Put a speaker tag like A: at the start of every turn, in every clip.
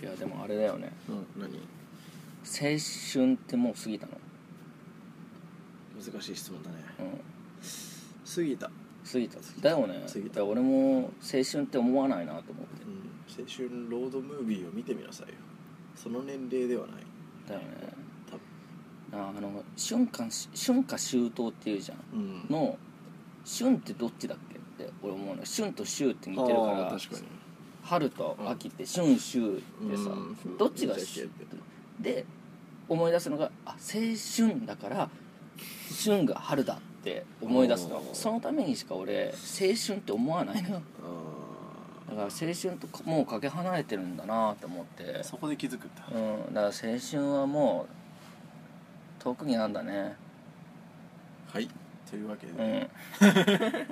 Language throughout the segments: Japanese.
A: いやでもあれだよね
B: うん何
A: 青春ってもう過ぎたの
B: 難しい質問だね
A: うん
B: 過ぎた、
A: 過ぎただよね
B: 過ぎた
A: だから俺も青春って思わないなと思っ
B: うん、青春ロードムービーを見てみなさいよその年齢ではない
A: てだよね
B: 多分
A: ああの春夏春夏秋冬っていうじゃん
B: うん
A: の春ってどっちだっけって俺思うの春と秋って似てるから
B: あー確かに
A: 春と秋って春秋ってさ、
B: うん
A: どっちが
B: うん
A: 春で思い出すのがあ青春だから春が春だって思い出すの
B: おー
A: そのためにしか俺青春って思わないなだか
B: あ
A: ら青春とかもうかけ離れてるんだなって思って
B: ーそこで気づくんだ
A: うんだから青春はもう遠くになんだね
B: はいというわけで、
A: うん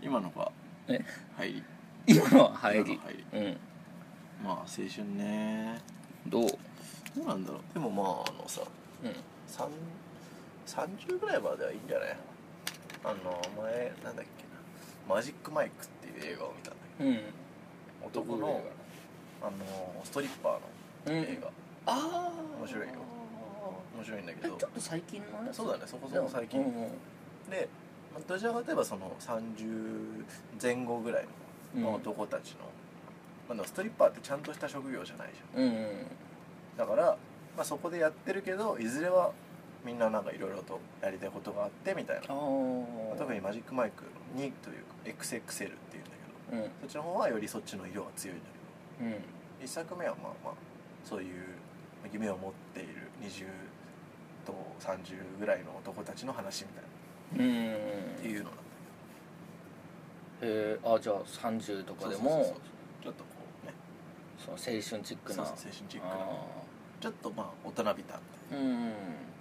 B: 今のが
A: え
B: 入り
A: 今のは入
B: 今
A: り
B: のは入り
A: うん
B: まあ青春ね
A: どう
B: どうなんだろうでもまああのさ
A: うん
B: 三30ぐらいまではいいんじゃないあの前なんだっけな「マジック・マイク」っていう映画を見たんだけ
A: うん
B: ど男のあのストリッパーの
A: うん
B: 映画、
A: ああ
B: 面白いよ面白いんだ
A: え
B: け
A: ちょ
B: ど
A: っと最近のね
B: そうだねそこそこ最近、
A: うんうん
B: でまあどちらかといえばその30前後ぐらいの男たちの、まあ、でもストリッパーってちゃんとした職業じゃないじゃん
A: うんうん
B: だから、まあ、そこでやってるけどいずれはみんななんかいろいろとやりたいことがあってみたいな
A: ああ
B: 特にマジックマイクの2というか XXL っていうんだけど
A: うん
B: そっちの方はよりそっちの色が強いんだ
A: うん
B: けど1作目はまあまあそういう夢を持っている20と30ぐらいの男たちの話みたいな
A: うん
B: っていうのなんだ
A: えー、あじゃあ30と
B: けど
A: かでも
B: そうそうそうちょっとこうね
A: その青春チック
B: そう
A: な
B: そう青春チックなちょっとまあ大人びた
A: あーうんうん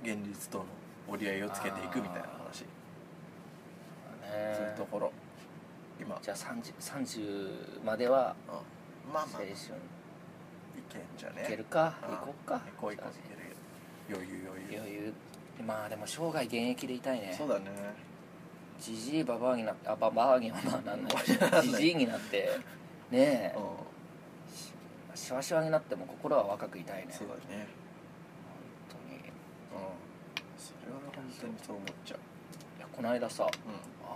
B: 現実との折り合いをつけていくみたいな話そういう
A: ね
B: ところ今
A: じゃあ 30, 30までは
B: うんまあ
A: 青
B: まあ
A: 春
B: いけんじゃね
A: いけるか
B: うん
A: 行こうか
B: 行こう行こういける余裕余裕
A: 余裕まあでも生涯現役でいたいね
B: そうだね
A: ジジイババアになってあババアにはまあなんないけどジジイになってねえ
B: う
A: シワシワになっても心は若くいたいね
B: んそうだね
A: 本当にい
B: うんそれは本当にそう思っちゃう
A: やこの間さ
B: う
A: あ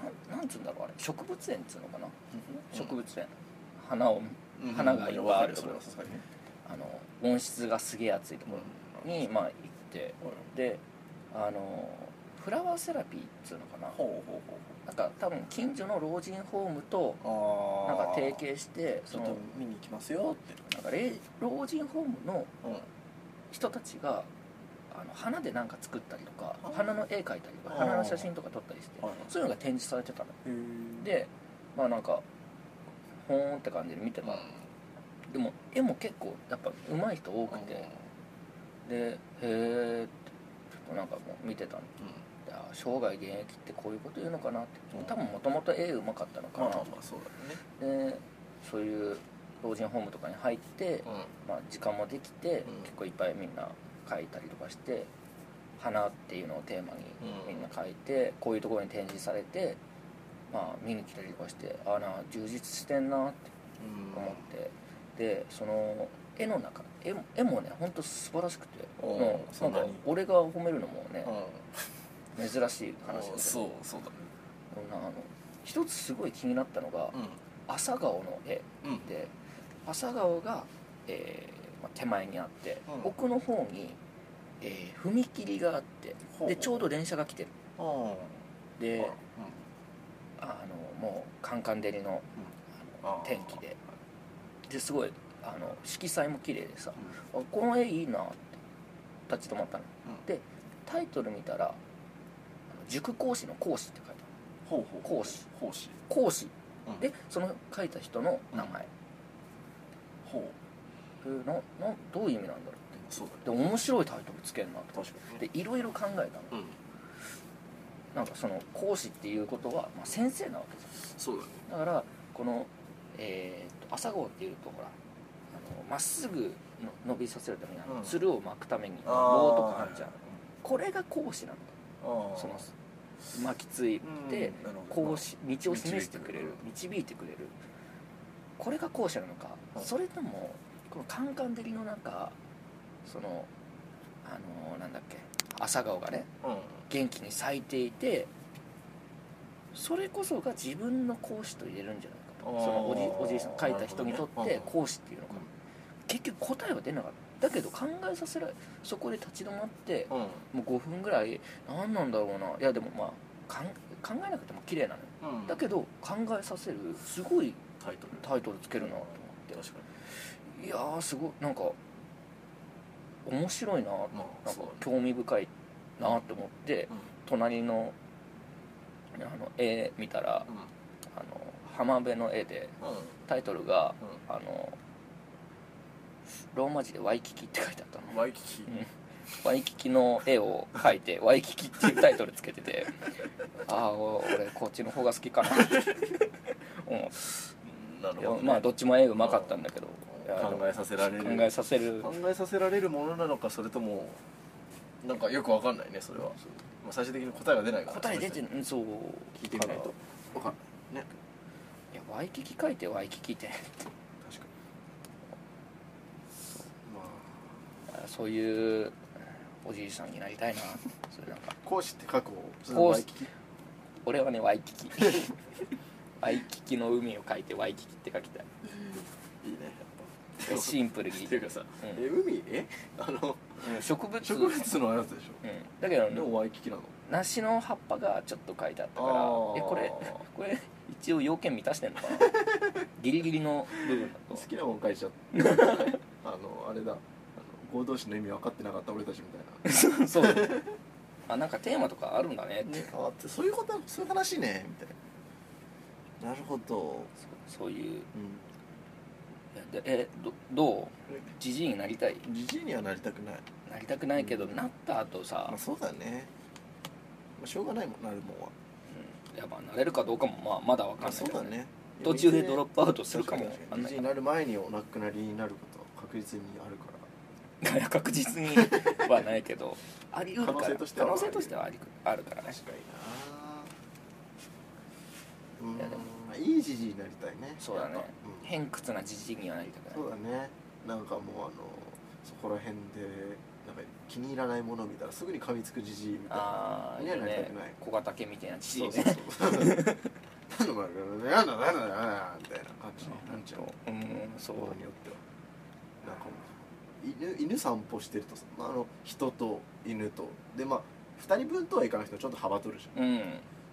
A: のー、なんなんつうんだろうあれ植物園っつうのかな、植物園花を
B: んうん
A: 花がいっぱいあると
B: そ
A: こ
B: れ
A: ろ
B: はさすがにね
A: あの温室がすげえ暑いところに、まあ行ってであのーフラワーセラピーっつうのかな
B: ほうほ
A: なんか多分近所の老人ホームと
B: うほうあ
A: な
B: あ
A: んか提携して
B: ち
A: そ
B: ょっと
A: の
B: 見に行きますよって
A: なんかれ老人ホームの
B: うん
A: 人たちがあの花でなんか作ったりとか
B: あ
A: 花の絵描いたりとか
B: あ
A: 花の写真とか撮ったりして
B: はい
A: そういうのが展示されてたの
B: へ
A: でまあなんかほーんって感じで見て
B: うん
A: たでも絵も結構やっぱ上手い人多くてでへえってちょっとなんかもう見てたの
B: うん
A: であー生涯現役ってこういうこと言うのかなって
B: うん
A: 多分もともと絵上手かったのか
B: まあ
A: な
B: まあまあそうだね
A: でそういう老人ホームとかに入って
B: うん
A: まあ、時間もできて、
B: うん
A: 結構いっぱいみんな書いたりとかして花っていうのをテーマに
B: う
A: み
B: ん
A: んな書いて、こういうところに展示されて、まあ、見に来たりとかしてああな充実してんなって
B: うん
A: 思って、でその絵の中絵も絵もねほんと素晴らしくて
B: おー
A: もう
B: そ
A: なんん
B: な
A: か
B: に
A: 俺が褒めるのもね
B: う、ん
A: 珍しい話
B: おー
A: ですけど
B: そうそうだね
A: でもなあの一つすごい気になったのが、
B: う
A: 朝顔の絵
B: んうん
A: で朝顔が、えーまあ手前にあって、
B: うん
A: 奥の方に、えー踏切があって
B: ほう
A: でちょうど電車が来てる
B: うん
A: で
B: あ
A: あのもうカンカン照りの
B: うんあー
A: 天気でですごいあの色彩も綺麗でさ
B: うん
A: あこの絵いいなって立ち止まったの
B: うん
A: でタイトル見たらあの「塾講師の講師」って書いてある
B: ほうほう
A: 講師
B: 講師
A: 講師
B: うん
A: でその書いた人の名前、
B: ほう
A: うののどういう意味なんだろ
B: そうだね
A: うで面白いタイトルつけんなと
B: 確かにね
A: でいろいろ考えたの
B: うん
A: なんかその講師っていうことは、まあ、先生なわけじ
B: そうだね
A: ゃんだからこの、えーっと朝顔っていうとほらあのまっすぐの伸びさせるためにあの、
B: うん
A: つるを巻くために棒とかあるじゃんこれが講師なの
B: ああ
A: その巻きついて、
B: うんなるほど
A: 講師道を示してくれる導いてくれるこれが後者なのか、
B: うん
A: それともこのカンカン照りのなんかそのあのーなんだっけ朝顔がね
B: うん
A: 元気に咲いていてそれこそが自分の講師と言えるんじゃないかとそのおじ
B: あー
A: おじいさん書いた人にとっ
B: なるほど
A: て
B: ねうん
A: 講師っていうのか、
B: うん
A: 結局答えは出なかっただけど考えさせられそこで立ち止まって
B: うん
A: もう5分ぐらい何なんだろうないやでもまあかん考えなくても綺麗なのよ
B: うん
A: だけど考えさせるすごい
B: タイトル
A: タイトルつけるなと思って
B: 確か
A: いやーすごいなんか面白いな
B: にまあ
A: なん
B: そ
A: か
B: う
A: 興味深いなと思って
B: うん
A: 隣のあの絵見たら
B: う
A: あの浜辺の絵で
B: んうん
A: タイトルが
B: う
A: あのローマ字で「ワイキキ」って書いてあったの
B: んワイキキ
A: うんワイキキの絵を描いて「ワイキキ」っていうタイトルつけててああ俺こっちの方が好きかなって 思って
B: なるほ
A: いや
B: どね
A: まあどっちも絵うまかったんだけどいや
B: 考えさせられる
A: 考えさせる
B: 考えさせられるものなのかそれともなんかよくわかんないねそれはまあ最終的に答えが出ないから
A: 答え出て
B: る
A: んそう
B: 聞いてみないとわかんないね
A: いやワイキキ書いてワイキキって
B: 確かにまあ
A: あそういうおじいさんになりたいなそれなんか
B: 講師って過去
A: 講師俺はねワイキ キワイキキの海を書いてワイキキって書きたい
B: いいねや
A: で
B: っぱ
A: シンプルに
B: っていうかさ、
A: うん
B: え海えあの
A: うん植物
B: 植物のやつでし
A: うん、だけど
B: ょでもワイキキなの
A: 梨の葉っぱがちょっと書いてあったから
B: あ
A: え
B: ー
A: これ これ一応要件満たしてん のかなギリギリの部分だ
B: 好
A: と
B: きなもん書いちゃったあのあれだあの合同詞の意味分かってなかった俺たちみたい
A: そうあなんかテーマとかあるんだねっ
B: な
A: て、
B: ね変わってそういうことそういう話ねみたいななるほど
A: そそういう
B: う
A: でえどどうんじじいになりたい
B: じじいにはなりたくない
A: なりたくないけど、なった後さ
B: まあ、そうだね、まあ、しょうがないもんなるもんは
A: うん、やっぱなれるかどうかも、まあ、まだわかん
B: ま
A: な
B: あ
A: い
B: そう
A: けど
B: だ
A: ね
B: ね
A: 途中でドロップアウトするかも
B: 確
A: わかん
B: に
A: ない
B: じじいになる前にお亡くなりになることは確実にあるから
A: いや確実にはないけ どありうるから
B: 可能性としては
A: 可能性としてはありあるからね
B: 確か
A: いやでも
B: になうんまあいいじじいになりたいね
A: そうだね
B: やっぱうん
A: 偏屈なじじいにはなりたくない
B: そうだねなんかもうあのそこら辺でなんか気に入らないもの見たらすぐに噛みつくじじいみたいな
A: ああ
B: い
A: い
B: や
A: や
B: なりた
A: ね
B: くない
A: 小型犬みたいなじじい
B: そう
A: ね
B: そうそうなんだなんだなんだなんだみたいな感じになっちゃう
A: うんそう
B: ものによってはなんかもう犬犬散歩してるとさ、まあ、あの人と犬とでまあ2人分とはいかなくてもちょっと幅取るじゃん
A: うんうん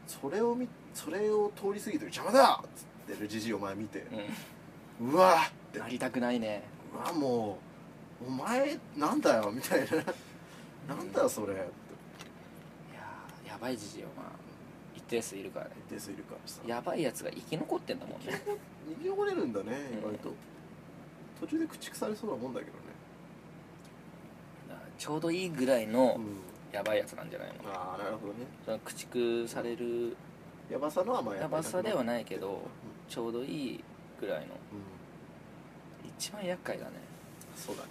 B: それを見それを通り過ぎてる邪魔だっつってるじじいお前見てうわーって
A: なりたくないね
B: うわもうお前なんだよみたいななんだよそれっ
A: い
B: て
A: やーやばいじじいはまあ一定数いるからね
B: 一定数いるからさ
A: やばいやつが生き残ってんだもんね
B: 逃げ汚れるんだね
A: うん
B: 意外と、途中で駆逐されそうなもんだけどね、
A: だからちょうどいいぐらいの
B: うん、
A: やばいやつなんじゃないの
B: ああなるほどね
A: その駆逐される
B: ヤバさのはまあ
A: やばさではないけ
B: うん
A: どちょうどいいぐらいの一番厄介だね、
B: そうだね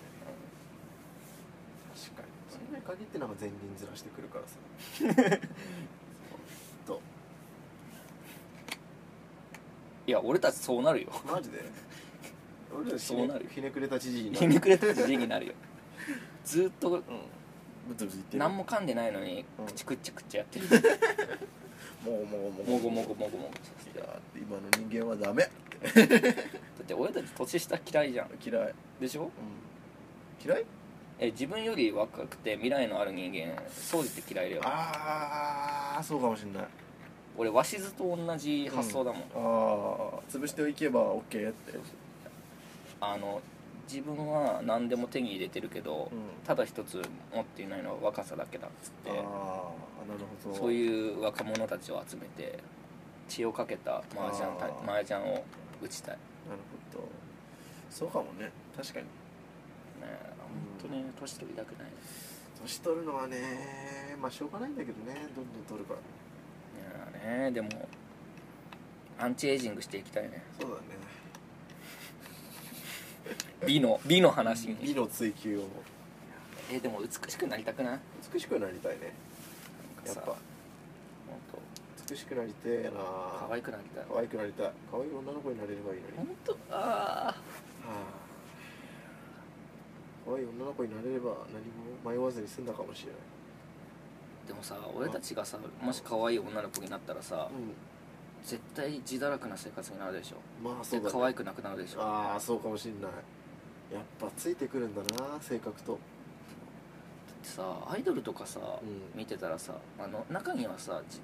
B: 確かにそれに限ってなんか前輪ずらしてくるからさ そう
A: いや俺たちそうなるよ
B: マジで俺らひ
A: そうな
B: ね
A: るよ
B: ひねくれたじじい にな
A: ひねくれたじじいになるよずーっと
B: ぶつぶつ言ってる
A: 何
B: も
A: も噛んでないのに
B: うん
A: 口くっちゃくっちゃやってる
B: うもうも
A: も
B: う
A: ごもごもごもごさせ
B: い
A: て
B: や
A: だ
B: ー今の人間はダメ
A: って俺たち年下嫌いじゃん
B: 嫌い、
A: でしょ
B: 嫌い
A: え自分より若くて未来のある人間掃除って嫌いだよ
B: ああそうかもしんない
A: 俺鷲津と同じ発想だもん、
B: ああ潰していけば OK って
A: あの自分は何でも手に入れてるけど、
B: うん
A: ただ一つ持っていないのは若さだけだっつ
B: ああ
A: っ
B: なる
A: て
B: ほど
A: そういう若者たちを集めて血をかけた麻雀
B: あー
A: 麻雀を打ちたいね
B: なるほどそうかもね確かに
A: え
B: うん
A: 本当ね年取りたくないね
B: 年取るのはねまあしょうがないんだけどねどんどん取るから
A: えねえでもアンチエイジングしていきたいね
B: そうだね
A: 美 の美の話に
B: 美の追求を
A: えでも美しくなりたくない
B: 美しくなりたいね
A: なんか
B: やっ
A: さ
B: ぱ
A: 本当
B: 美しくなりてえな
A: 可愛くなりたい
B: 可愛くなりたい可愛い女の子になれればいいのに、は
A: 本当あ
B: あ可愛い女の子になれれば何も迷わずに済んだかもしれない
A: ーでもさ俺たちがさもし可愛い女の子になったらさ
B: う
A: 絶対自堕落な生活になるでしょ
B: んまあそ
A: で
B: うだ、ね、
A: 可愛くなくなるでしょ
B: ああそうかもしんないやっぱついてくるんだな性格と
A: さアイドルとかさ
B: うん
A: 見てたらさあの中にはさじ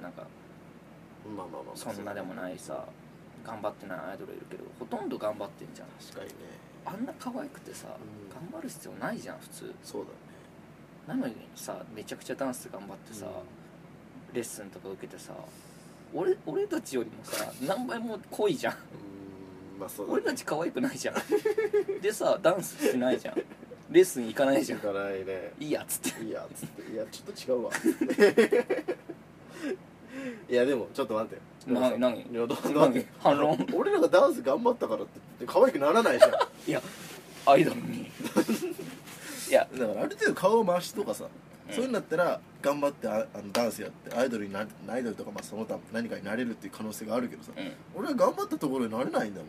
A: なんか
B: まあまあまあ
A: そんなでもないさ頑張ってないアイドルいるけどほとんど頑張ってんじゃん
B: 確かにね
A: あんな可愛くてさ
B: うん
A: 頑張る必要ないじゃん普通
B: そうだね
A: なのにさめちゃくちゃダンス頑張ってさ、
B: う
A: レッスンとか受けてさ俺俺たちよりもさ何倍も濃いじゃん
B: んまあそうだ、ね、
A: 俺たち可愛くないじゃんでさダンスしないじゃんレッスン行かないじゃ
B: 行かないね
A: んいいやっつって
B: いいやつっていやちょっと違 うわいやでもちょっと待ってよ
A: な何
B: いやどうなん
A: 何
B: で
A: 反論
B: 俺らがダンス頑張ったからって可愛くならないじゃんだか
A: いやアイドル にいや
B: らある程度顔を回しとかさ、
A: うん
B: そういうんだったら頑張ってああのダンスやってアイドルになるアイドルとかまあその他何かになれるっていう可能性があるけどさ
A: うん
B: 俺は頑張ったところになれないんだも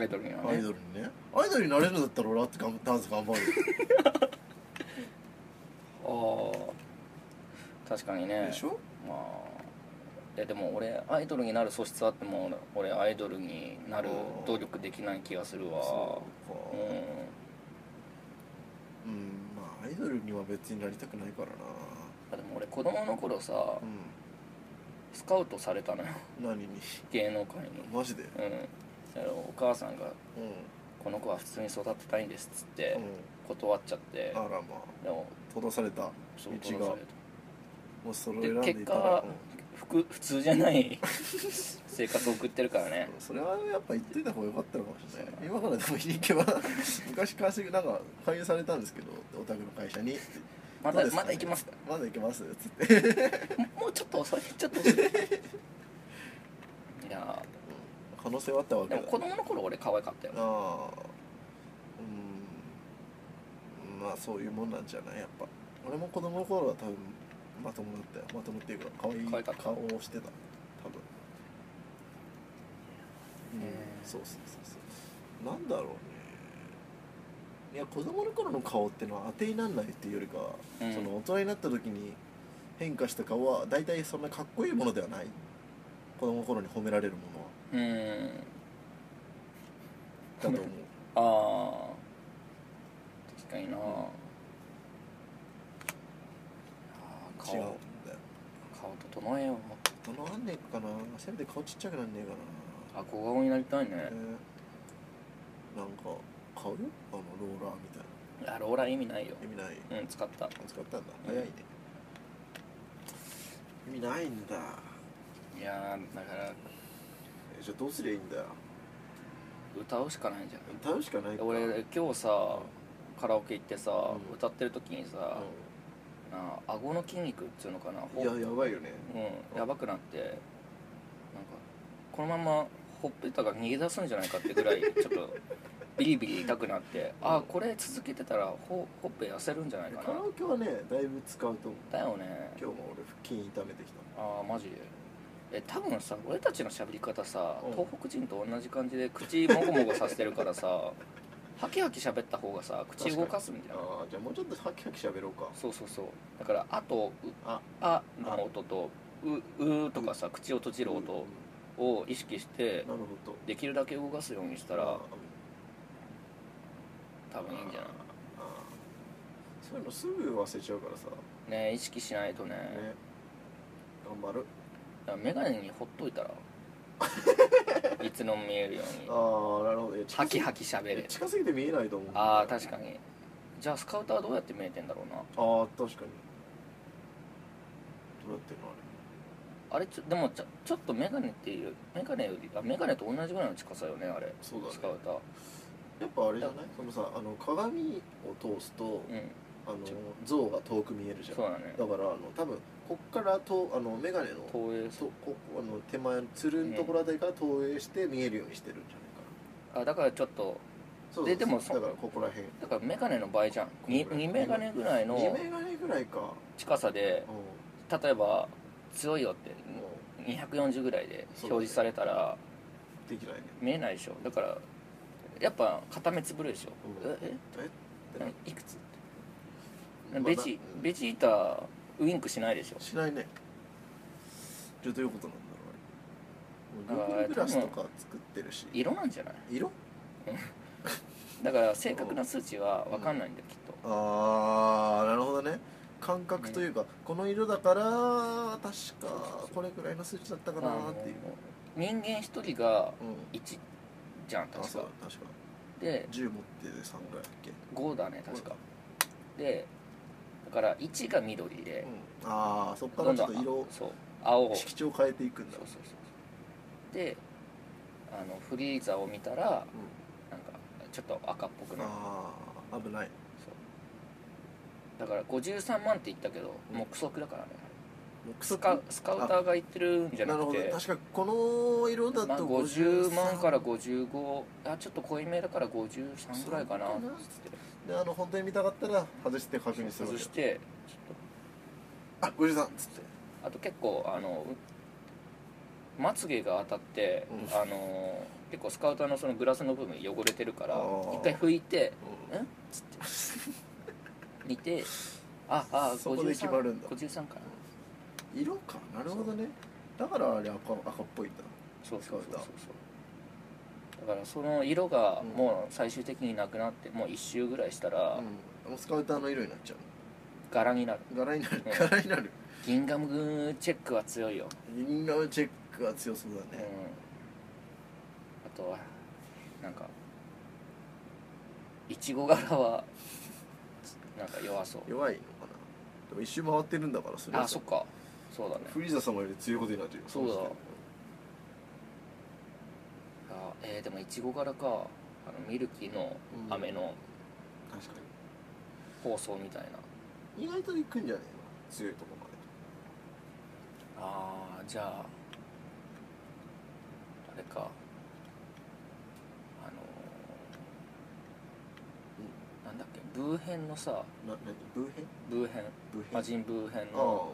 A: アイドルには
B: アイ
A: ね
B: ドルにねアイドルになれるんだったら俺だって頑張ダンス頑張る
A: ああ確かに ね
B: でしょ
A: まあいやでも俺アイドルになる素質あっても俺アイドルになる努力できない気がするわ
B: うか
A: うん
B: うんまあアイドルには別になりたくないからな
A: あでも俺子供の頃さ
B: う
A: スカウトされたのよ
B: ん何に
A: 芸能界に
B: マジで
A: うんそしたらお母さんが
B: うん
A: 「この子は普通に育てたいんです」っつって
B: うん
A: 断っちゃって
B: あらま
A: でも
B: あ閉ざされた
A: そう
B: 道
A: 殺
B: が
A: された
B: もうそれを
A: で
B: 選んで
A: 結
B: いたら
A: 果ふく普通じゃない 生活を送ってるから
B: うん
A: ね
B: それはやっぱ言っといた方が良かったのかもしれない今からでも言いに行けば昔会社なんか勧誘されたんですけどお宅の会社に
A: ま
B: どう
A: だ
B: です
A: ま
B: かね
A: だ行きます
B: まだ行けますつってうん
A: もうちょっと遅いちょっと 遅いいや
B: 可能性はあったわ
A: ー
B: け
A: で
B: だ
A: も子供の頃俺可愛かったよ
B: ああうんまあそういうもんなんじゃないやっぱ俺も子供の頃は多分まともだったよまともっていうか可愛
A: 可愛
B: い
A: かった
B: 顔をしてた多分うん
A: へー
B: そうそうそうそうなんだろうねいや子供の頃の顔ってのは当てにならないっていうよりかは、
A: うん
B: その大人になった時に変化した顔は大体そんなかっこいいものではない子供の頃に褒められるものは
A: うん
B: だと思う
A: ああ確かになあー
B: 違うん
A: 顔
B: だよ
A: 顔整えよう
B: どのあんねえかなせめて顔ちっちゃくなんねえか
A: あ小顔になりたいね
B: な、ねなんか買うよあのローラーみたい
A: あローラー意味ないよ
B: な意味ない
A: うん使った
B: 使ったんだ
A: うん
B: 早いね意味ないんだ
A: いやーだから
B: えじゃあどうすりゃいいんだよ
A: 歌うしかないんじゃない
B: 歌うしかないか
A: 俺今日さカラオケ行ってさ、
B: うん
A: 歌ってる時にさ、なあ顎の筋肉っつうのかな
B: うん
A: ほ
B: いややばいよね
A: うんやばくなってなんかこのままほっぺたが逃げ出すんじゃないかってぐら いちょっとビリビリ痛くなってあこれ続けてたらほほっぺ痩せるんじゃないか
B: カラオケはねだいぶ使うと思う
A: なだよね
B: 今日も俺腹筋痛めてきた
A: ああマジでえ多分さ俺たちの喋り方さ
B: うん
A: 東北人と同じ感じで口もごもごさせてるからさハキハキ喋った方がさ口動かすみたいな
B: ああじゃあもうちょっとハキハキ喋ろうか
A: そうそうそうだから「あ」と「う
B: あ
A: あ」の音と「う」うとかさ口を閉じる音
B: うん
A: を意識して
B: なるほど
A: できるだけ動かすようにした
B: あ
A: ら
B: ー
A: 多分いいんじゃない
B: あーそういうのすぐ忘れちゃうからさ、
A: ね意識しないとね
B: ね頑張る
A: だから眼鏡にほっとい たらいつの見えるように
B: ああなるほどいや
A: ハ
B: 近す
A: キ
B: ぎ
A: ハキしゃべ
B: いや
A: る
B: 近すぎて見えないと思う
A: ああ
B: あ
A: 確かにじゃあスカウターはどうやって見えてんだろうな
B: あー確かにどうやってんの
A: あれちょでもちょちょっと眼鏡っていう眼鏡よりあ眼鏡と同じぐらいの近さよねあれ
B: そうだね
A: スカウター
B: あれやっぱあれじゃないそのさあの鏡を通すと、
A: うん
B: あの像が遠く見えるじゃん
A: そうだね
B: だからあの多分こっからとあの眼鏡の
A: 投影す
B: とここあの手前のつるんところあたりから投影して見えるようにしてるんじゃないかな
A: あだからちょっと
B: そうそうそう
A: ででもそ
B: だからここら辺
A: だから眼鏡の倍じゃん
B: これ
A: 2,
B: ぐらい
A: 二眼鏡ぐらいの
B: 2メガネぐらいか
A: 近さで
B: うん
A: 例えば「強いよ」って
B: う
A: 240ぐらいで
B: そうだね
A: 表示されたら
B: できないね
A: 見えないでしょだからやっぱ片目つぶるでしょ、
B: うん
A: え
B: え
A: え
B: っ
A: いくつ
B: まあ
A: ベジ
B: な
A: ベジータウインクしないでしょ
B: しないねじゃあどういうことなんだろうあ
A: あー
B: れもう Google グラスとか作ってるし
A: 色なんじゃない
B: 色
A: だから正確な数値は分かんないんだよ、きっと
B: ああなるほどね感覚というか、この色だから確かこれぐらいの数値だったかなーっていう
A: あの人間一人が
B: うん
A: 1じゃん
B: あ
A: 確
B: そう
A: か
B: だ確か
A: で
B: 10持って3ぐらいだっけ
A: 5だね確かでだから1が緑で
B: うん、ああそっか
A: ど
B: ら
A: ん
B: ちょ
A: どん
B: っと
A: あ
B: 色
A: そう青そう
B: 色調変えていくんだ
A: そうそうそうであのフリーザを見たら
B: う
A: なんかちょっと赤っぽく
B: ん、
A: なる
B: ああ危ない
A: そうだから53万って言ったけど
B: うん
A: 目測だからね
B: 目
A: スカスカウターが言ってるんじゃ
B: な
A: なく
B: るほど
A: て
B: 確かこの色だ
A: まあ
B: と
A: 50万から
B: 53
A: 55あちょっと濃いめだから53ぐらいかなっ
B: そうかな
A: つって
B: であの本当に見たかったら外して確認する
A: 外
B: わけ
A: し
B: よ
A: てちょっ
B: あ五53っつって
A: とあと結構あのまつげが当たって、
B: うん
A: あの結構スカウターのそのグラスの部分汚れてるから
B: あー
A: 一回拭いて
B: う
A: 「ん?」っつって見て「ああ
B: そこで決まるんだ
A: 53かな」
B: ん色かなるほどねだからあれ赤赤っぽいんだ
A: そうそうそうそう
B: スカウター
A: そうだからその色が
B: うん
A: もう最終的になくなってもう1周ぐらいしたら
B: うんもうスカウターの色になっちゃう
A: 柄になる
B: 柄になる
A: うん
B: 柄になる
A: ギンガムチェックは強いよ、
B: 銀河チェックが強そう
A: う
B: だ
A: ん、
B: ね
A: あとはなんかいちご柄はなんか弱そう
B: 弱いのかなでも一周回ってるんだからそれは
A: あそっかそうだね
B: フリーザ様より強いことになってるよ
A: そうだ
B: の時点
A: あえー、でもいちご柄かあのミルキーの
B: うん
A: 飴の
B: 確か
A: 包装みたいな、
B: に意外といくんじゃねえの強いとこまで
A: ああじゃあ誰かあのーなんだっけブー編のさ
B: な何ブーヘン
A: ブー編
B: ブー
A: 魔
B: ン
A: 人ブー編
B: ああ
A: の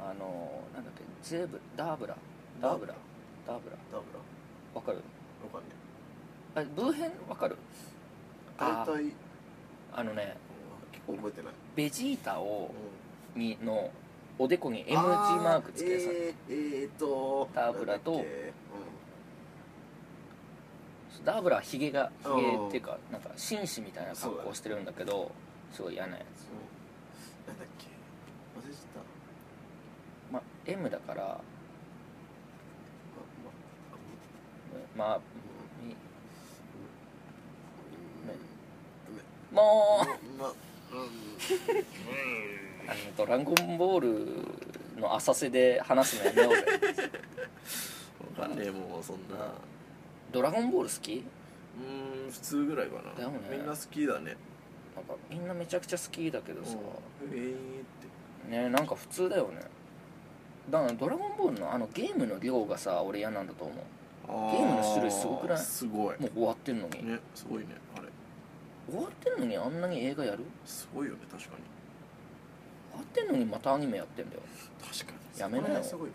A: あのーなんだっけゼーブダーブラ
B: うん
A: ダーブラダーブラ
B: ダブラ
A: わかる
B: わかんね
A: あれブー編わかる
B: え
A: あ
B: 大体うん
A: あのね
B: 結構覚えてない
A: ベジータを
B: う
A: にのおでこに M 字
B: ん
A: マークつけさ、
B: あーえー、えー、と
A: ダブラと
B: なんだっけ
A: ダーブラはヒゲがヒ
B: うん
A: ゲっていうかなんか紳士みたいな格好をしてるんだけどすごい嫌なやつ
B: うんそうなんだっけ忘れちゃった
A: まあ M だから
B: まま
A: まあ
B: う
A: み
B: ん
A: ね
B: ごめん
A: も
B: まま
A: うあのドラゴンボールの浅瀬で話すのやめよう ぜ
B: うんわかんねえもうそんな
A: ドラゴンボール好き
B: うーん普通ぐらいかな
A: だよね
B: みんな好きだね
A: なんかみんなめちゃくちゃ好きだけどさ、
B: うんえーって
A: ねなんか普通だよねだからドラゴンボールのあのゲームの量がさ俺嫌なんだと思う
B: ゲ
A: ームの種類すごくない
B: すごい
A: もう終わってんのに、
B: ねすごいねあれ
A: 終わってんのにあんなに映画やる
B: すごいよね確かに
A: 終わってんのにまたアニメやってんだよ
B: 確かに
A: やめなよ
B: すごい ね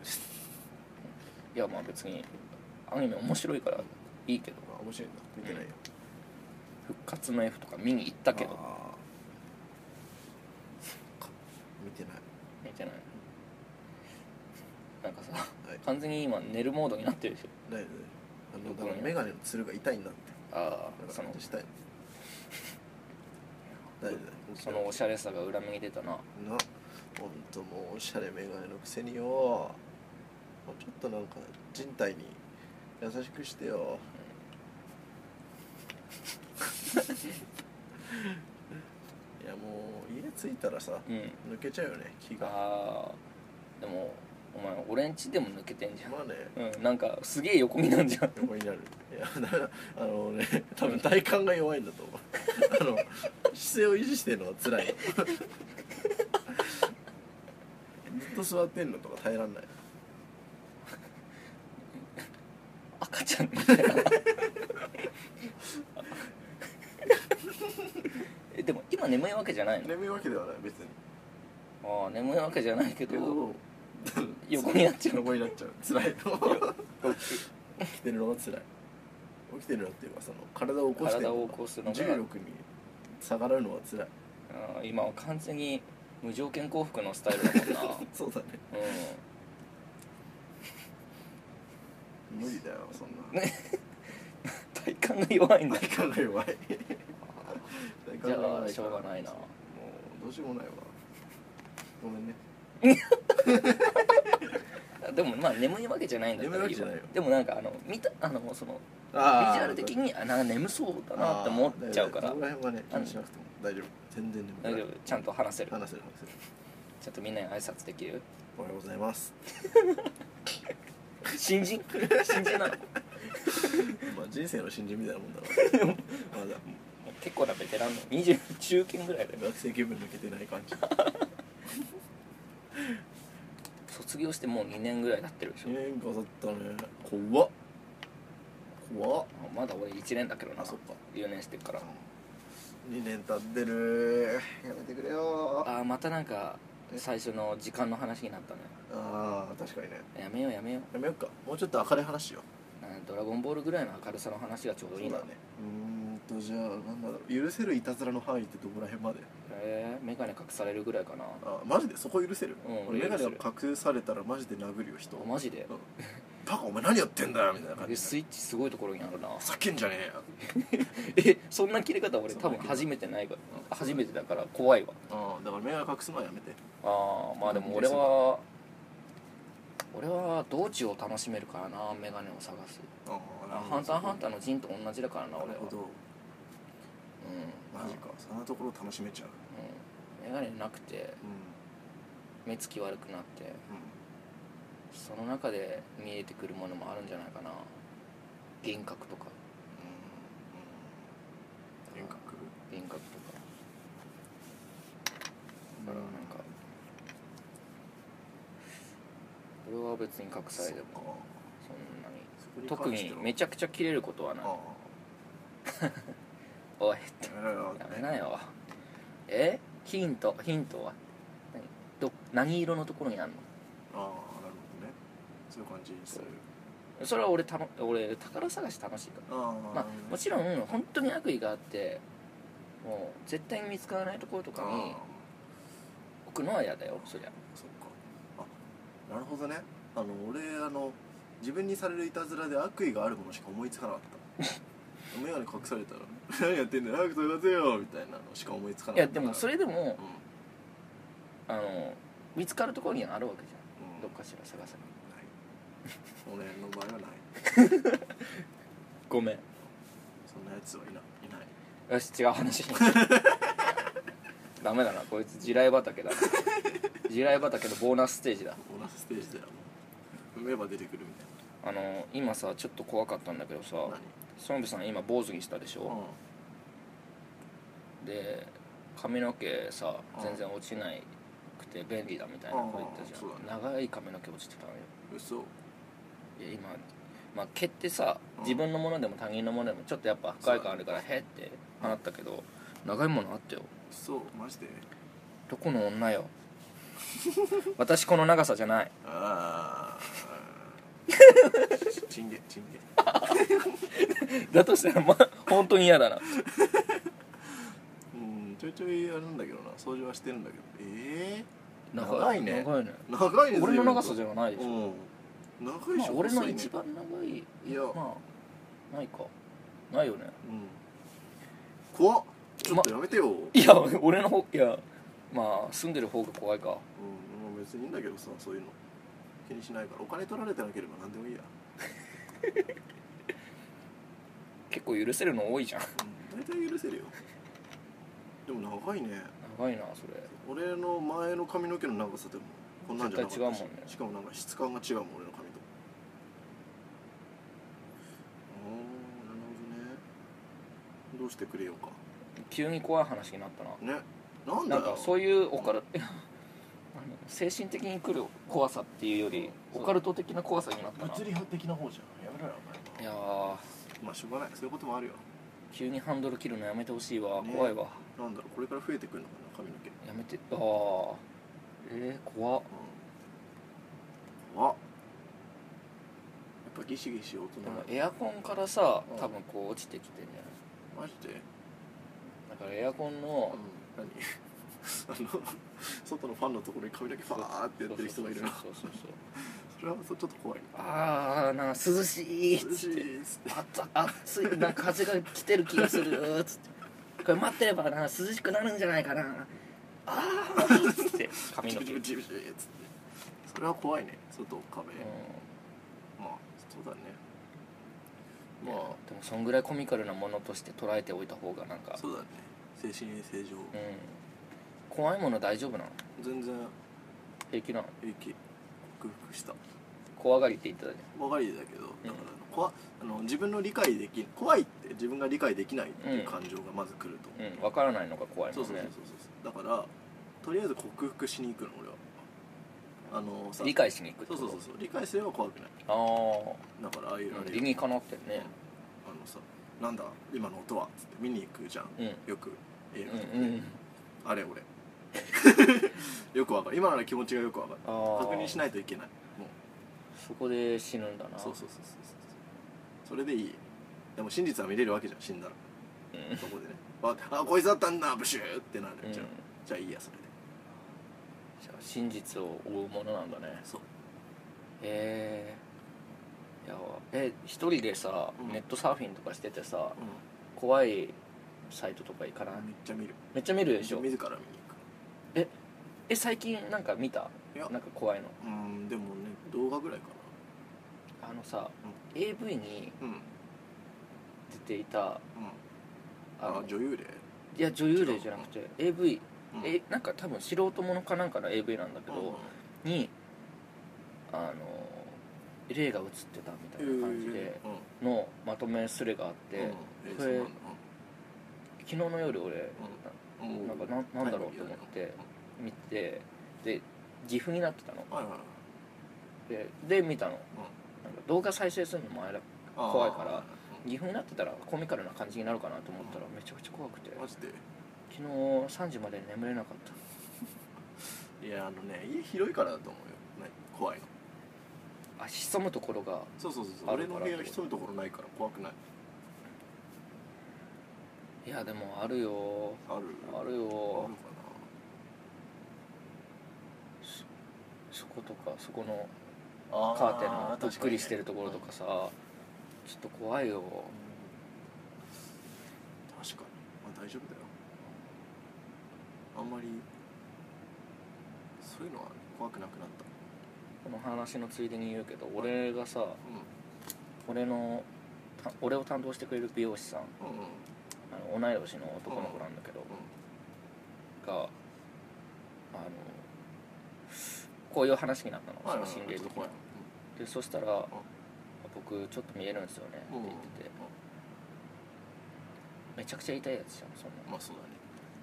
A: いやまあ別にアニメ面白いからいいけど
B: あ面白いんだ見てないよ
A: 復活の F とか見に行ったけど
B: あーそっか見てない
A: 見てないなんかさ
B: はい
A: 完全に今寝るモードになってるでしょ
B: ないないあの
A: ど
B: だ
A: こに
B: から眼鏡のつるが痛いんだって
A: あ
B: だ
A: あ
B: か
A: そ
B: ら
A: の
B: ちゃんとしたいの 大丈夫だよ
A: そのおしゃれさが裏目に出たな
B: な本当もうおしゃれ眼鏡のくせによもうちょっとなんか人体に優しくしてよいやもう家着いたらさ
A: うん
B: 抜けちゃうよね気が
A: あーでもお前俺んちでも抜けてんじゃん
B: まあね
A: うんなんかすげえ横になんじゃ ん
B: 横になるいや だからあのね多分体幹が弱いんだと思う あの姿勢を維持してるのが辛い ずっと座ってんのとか耐えらんない
A: 赤ちゃんみたいな えでも今眠いわけじゃないの
B: 眠いわけではない別に
A: ああ眠いわけじゃないけ
B: け
A: ど
B: ど
A: 横になっちゃう
B: 横になっちゃう辛いの 起きてるのが辛い起きてるのっていうかその体を起こしてる
A: 体
B: の
A: を
B: が
A: 起こすのが
B: 重力に逆らうのは辛い
A: あー今は完全に無条件幸福のスタイルだもんな
B: そうだね
A: う
B: 無理だよそんな、
A: ねん体感が弱いんだ
B: 体感が弱い体
A: じ
B: 感が
A: ゃ
B: 弱いから
A: あしょうがないな
B: もうどうしようもないわごめんね
A: でもまあ眠いわけじゃないんだったら
B: 眠いわけじゃないよ
A: でもなんかあの見たあのそのビジ
B: ビジ
A: ュアル的にあなんか眠そうだなって思っちゃうから
B: そこら辺はね気にしなくても大丈夫全然眠くない
A: 大丈夫ちゃんと話せる
B: 話せる話せる
A: ちょっとみんなに挨拶できる
B: おはようござ います
A: 新人新人なの
B: まあ人生の新人みたいなもんだからまだ
A: 結構なベテランの20中堅ぐらいだよ
B: 学生気分抜けてない感 じ
A: 卒業してもう2年ぐらい経ってるでしょ、
B: 変化だったね怖っ怖っ
A: あまだ俺1年だけどな
B: あそっか
A: 留年してっから
B: 2年経ってるやめてくれよあ
A: あーまたなんか
B: え
A: 最初の時間の話になったね
B: あー確かにね
A: やめようやめよう
B: やめよっかもうちょっと明るい話しよ
A: あドラゴンボールぐらいの明るさの話がちょう
B: う
A: どいいな、
B: うーんとじゃあなんだろう許せるいたずらの範囲ってどこら辺まで
A: えー、眼鏡隠されるぐらいかな
B: あマジでそこ許せる、
A: うん
B: 俺メガ
A: 俺
B: ネ
A: 許
B: を
A: せる
B: 隠されたらマジで殴るよ人
A: あマジで
B: うんバカお前何やってんだよみたいな感
A: え
B: じ
A: ス
B: で
A: イッチすごいところにあるな
B: ふざけんじゃねえよ
A: えそんな切れ方俺
B: そう
A: 多分初めてないから初めてだから怖いわ
B: ああだからメガネ隠すのはやめて
A: あーまあでも俺は俺は道中を楽しめるからな眼鏡を探す
B: あ
A: あハンターハンタ
B: ー
A: ーの陣と同じだからな
B: な
A: 俺
B: る
A: は
B: ほど
A: うん
B: マジかそんなところ楽しめちゃう
A: うん眼鏡なくて
B: う
A: 目つき悪くなって
B: んうん
A: その中で見えてくるものもあるんじゃないかな幻覚とか
B: うん幻覚
A: 幻覚とかだからなんか俺は別に隠されても
B: そ
A: そ
B: っか
A: んなに
B: そこに
A: 特
B: 関
A: に
B: しては
A: めちゃくちゃ切れることはない
B: あ
A: おい
B: あやめろよ
A: やめなよえヒントヒントは何ど何色のところにある
B: ああなるほどねそういう感じにする
A: のそれは俺たの俺宝探し楽しいから
B: ああ
A: まあ、もちろん本当に悪意があってもう絶対に見つからないところとかに
B: ああ
A: 置くのは嫌だよそりゃ
B: そっかあなるほどねあの俺あの自分にされるいたずらで悪意があるものしか思いつかなかった 眼鏡隠されたら「 何やってんだよ早く飛ばせよ」みたいなのしか思いつかないか
A: や
B: った
A: でもそれでも
B: うん、うん
A: あの見つかるところにはあるわけじゃんどっ
B: ない
A: かしら探せば
B: 俺の場合はない
A: ごめん
B: そんなやつはいないいない
A: よし違う話に ダメだなこいつ地雷畑だな地雷畑のボーナスステージだ
B: 同じステージだよもう踏めば出てくるみ
A: あ
B: たい
A: の今さちょっと怖かったんだけどさ
B: な何
A: 孫部さん今坊主にしたでしょ、で髪の毛さ
B: うん
A: 全然落ちないくて便利だみたいなこと言ったじ
B: うんうんそう
A: ゃん、長い髪の毛落ちてたのよ
B: うん嘘
A: いや今、まあ、毛ってさ
B: うん
A: 自分のものでも他人のものでもちょっとやっぱ不快感あるからへって放ったけど長いものあったよ
B: 嘘マジで
A: どこの女よ私この長さじゃない
B: ああチンゲチンゲ
A: だとしたらまあ本当に嫌だな
B: うんちょいちょいあるんだけどな掃除はしてるんだけどえ長
A: 長
B: い
A: い
B: ね
A: 長いね
B: え長いです
A: 俺の長さじ
B: ゃ
A: ゃないでしょ、
B: うん長いで
A: ま
B: し
A: あ
B: ょ、
A: 俺の
B: 細いね
A: 一番長い
B: いや、
A: まあないかないよね
B: うん怖っちょっとやめてよ、うん
A: いや俺の方いやまあ住んでる方が怖いか
B: うん、まあ別にいいんだけどさそういうの気にしないからお金取られてなければ何でもいいや、
A: 結構許せるの多いじゃん
B: うん、大体許せるよでも長いね
A: 長いなそれ
B: 俺の前の髪の毛の長さでもこんなんじゃなかったし
A: 絶対違うもんね
B: しかもなんか質感が違うもん俺の髪とおーなるほどねどうしてくれようか
A: 急に怖い話になったな
B: ねなんだ
A: な
B: よ
A: んかそういうオカルあの精神的に来る怖さっていうよりオカルト的な怖さになったな
B: 物理的な方じゃんやめろよお
A: い
B: 前
A: や
B: は
A: ー
B: まあしょうがないそういうこともあるよ
A: 急にハンドル切るのやめてほしいわ、
B: ね
A: 怖いわ
B: なんだろうこれから増えてくるのかな髪の毛うん
A: やめてああえー、怖っ
B: やっぱギシギシ音
A: でも
B: が
A: エアコンからさ
B: うん
A: 多分こう落ちてきてんじゃ
B: マジで
A: ないだからエアコン
B: あ
A: の
B: の何あの外のファンのところに髪だけファーってやってる人がいるな
A: そうそうそうそう
B: それはちょっと怖いな
A: ああなんか涼しいっ
B: 涼し
A: つって
B: いっつって
A: あった暑いなんか風が来てる気がするっつってこれ待ってればな涼しくなるんじゃないかなああっつって髪の毛
B: ジ
A: う
B: ブ
A: ん
B: ジブジブジブっつってそれは怖いね外壁、まあそうだね
A: いや
B: ま
A: でもそんぐらいコミカルなものとして捉えておいた方がなん
B: あ
A: か
B: そうだね精神衛生上
A: うん怖いもの大丈夫なの
B: 全然
A: 平気なの
B: 平気克服した
A: 怖がりって言ってたじ
B: 分かりだけどだから怖あの自分の理解でき怖いって自分が理解できないっていう感情がまず来ると思、
A: ゃんうん分からないのが怖いうも
B: そうんそうそう
A: ね
B: そうそうだからとりあえず克服しに行くの俺はあのさ
A: 理解しに行くって
B: そ
A: こ
B: う
A: と
B: そうそうそう理解すれば怖くない
A: あ
B: だからああいう
A: あ
B: あれ
A: 理にかなってるね
B: あのさ「なんだ今の音は」つって見に行くじゃん
A: うん
B: よく映画とかで、
A: うんうん
B: あれ俺 よくわかる今なら気持ちがよくわかる
A: あー
B: 確認しないといけないもう
A: そこで死ぬんだな
B: そうそうそうそうそうそれでいいでも真実は見れるわけじゃん死んだら
A: うん
B: そこでねああこいつだったんだブシューってなる
A: うん
B: じゃん、じゃあいいやそれで
A: じゃあ真実を追うものなんだね
B: そう
A: えー、いやえ一人でさ、
B: うん
A: ネットサーフィンとかしててさ
B: う
A: 怖いサイトとか行かない、
B: んめっちゃ見る
A: めっちゃ見るでし
B: 自
A: ょ
B: ら見に行く
A: え最近なんか見た
B: いや
A: なんか怖いの
B: うんでもね動画ぐらいか
A: あのさ、AV に
B: なうんうん
A: 出ていたあ
B: あ
A: の
B: 女優で、
A: いや女優霊じゃなくて AV、
B: うん、
A: えなんか多分素人ものかなんかの AV なんだけ
B: うん
A: ど、にあの霊が映ってたみたいな感じで
B: うん
A: のまとめすれがあって、
B: うんえ
A: こ
B: そう
A: れ
B: なんだ
A: 昨日の夜俺、
B: うんう
A: なんかなんなんだろうと思って見てで岐阜になってたの
B: はいはいはい
A: でで見たの、なんか動画再生するのもあれだ
B: あー
A: 怖いから
B: う
A: 岐阜になってたらコミカルな感じになるかなと思ったらめちゃくちゃ怖くて
B: んマジで
A: 昨日3時まで眠れなかった
B: いやあのね家広いからだと思うよね怖いの
A: あ潜むところが
B: そうそうそうそう
A: あ
B: 俺
A: るか
B: の
A: ら
B: 部屋人のところないから怖くない
A: いやでもあるよ
B: ある
A: ある
B: ある
A: よ
B: かな
A: そことかそこの
B: あ
A: カーテンのどっ
B: 確
A: くりしてるところ
B: か
A: と
B: に
A: かさちょっと怖いよ
B: うん確かにまあ大丈夫だよあんまりそういうのは怖くなくなった
A: この話のついでに言うけど俺がさ
B: う
A: 俺のた俺を担当してくれる美容師さん
B: んうんうん
A: あの同い年の男の子なんだけど、があのこういう話になったの、
B: はいはいはい
A: その心霊
B: ちょっと
A: 的
B: 怖
A: ないでそしたら、僕ちょっと見えるんですよね」って
B: う
A: 言
B: んう
A: っ
B: んうん
A: てて、めちゃくちゃ痛いやつじゃんそんな
B: まあそうだね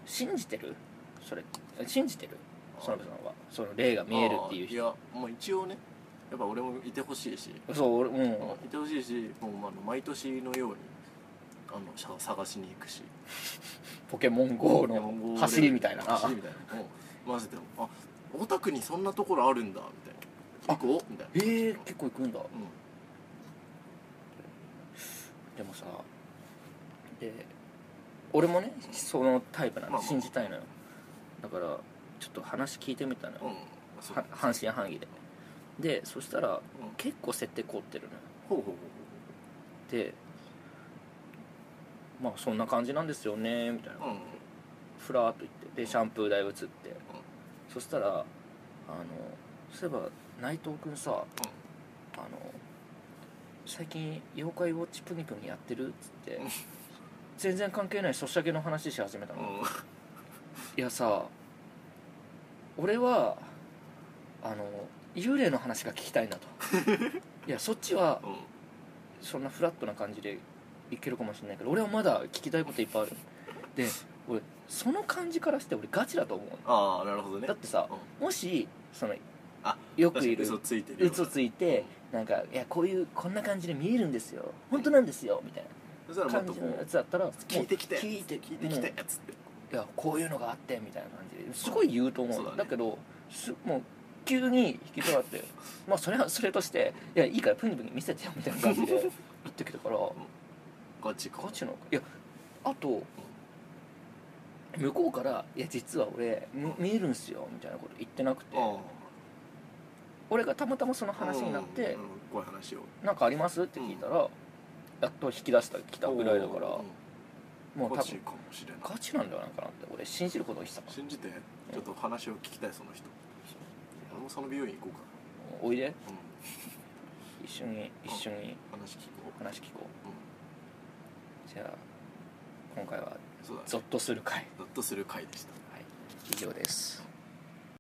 A: 信じてるそれえ信じてる園部さんはその霊が見えるっていう
B: いやまあ一応ねやっぱ俺もいてほしいし、
A: そう俺うん、
B: いてほしいしもうまあ毎年のようにあのしゃ探しに行くし
A: ポケモン GO
B: いやも
A: の
B: う
A: 走りみたいなな
B: 走りみたいなもうマジであオタクにそんなところあるんだみたいな行こうみたい
A: え
B: な
A: ー、結構行くんだ
B: うん
A: でもさで俺もねそのタイプなん
B: まあ
A: で
B: ま
A: 信
B: あ
A: じたいのよだからちょっと話聞いてみたのよ、
B: うんそう
A: は半信半疑ででそしたら
B: うん
A: 結構設定凝ってるのよ
B: ほうほうほうほ
A: でまあそんな感じなんですよねみたいな
B: ううん
A: ふらーっと言ってでシャンプー台移って、そしたらあのそういえば内藤君さ、あの最近「妖怪ウォッチプニプニやってる?」っつって
B: うん
A: 全然関係ないそしゃげの話し始めたの、いやさ俺はあの幽霊の話が聞きたい なといやそっちは
B: うんうん
A: そんなフラットな感じでいけるかもしれないけど俺はまだ聞きたいこといっぱいあるで俺その感じからして俺ガチだと思うの
B: ああなるほどね
A: だってさ
B: うん
A: もしその
B: あ
A: よく
B: 確かに
A: いる
B: 嘘ついてるよ
A: 嘘ついてなんかいやこういうこんな感じで見えるんですよ本当なんですよみたい
B: そした
A: な
B: らも
A: 感
B: っと
A: じ
B: こ
A: のや
B: う
A: つだったら
B: 聞いてきて
A: もう聞いて
B: 聞いてきて
A: も
B: つって
A: ういやこういうのがあってみたいな感じですごい言うと思う
B: そう
A: の
B: だね
A: だけどすもう急に引き取ら れてまあそれはそれとして「いやいいからプニプニ見せてよ」みたいな感 じで言ってきたから
B: ガチ
A: ガチなのかいやあと向こうから「いや実は俺み見えるんすよ」みたいなこと言ってなくて俺がたまたまその話になって
B: こういう話を
A: 「なんかあります?」って聞いたらやっと引き出した来たぐらいだから
B: うん
A: もう多
B: ガチ
A: 分
B: かもしれない
A: ガチなんじゃないかなって俺信じることにしてた
B: 信じてちょっと話を聞きたいその人俺もその美容院行こうか
A: おいで
B: なうん
A: 一緒に一緒に
B: 話聞こ
A: 話聞こ
B: う
A: う
B: う
A: じゃあ今回は
B: んそうだ
A: ゾ
B: ね
A: ッとする回
B: ゾッとする回でした
A: はい以上です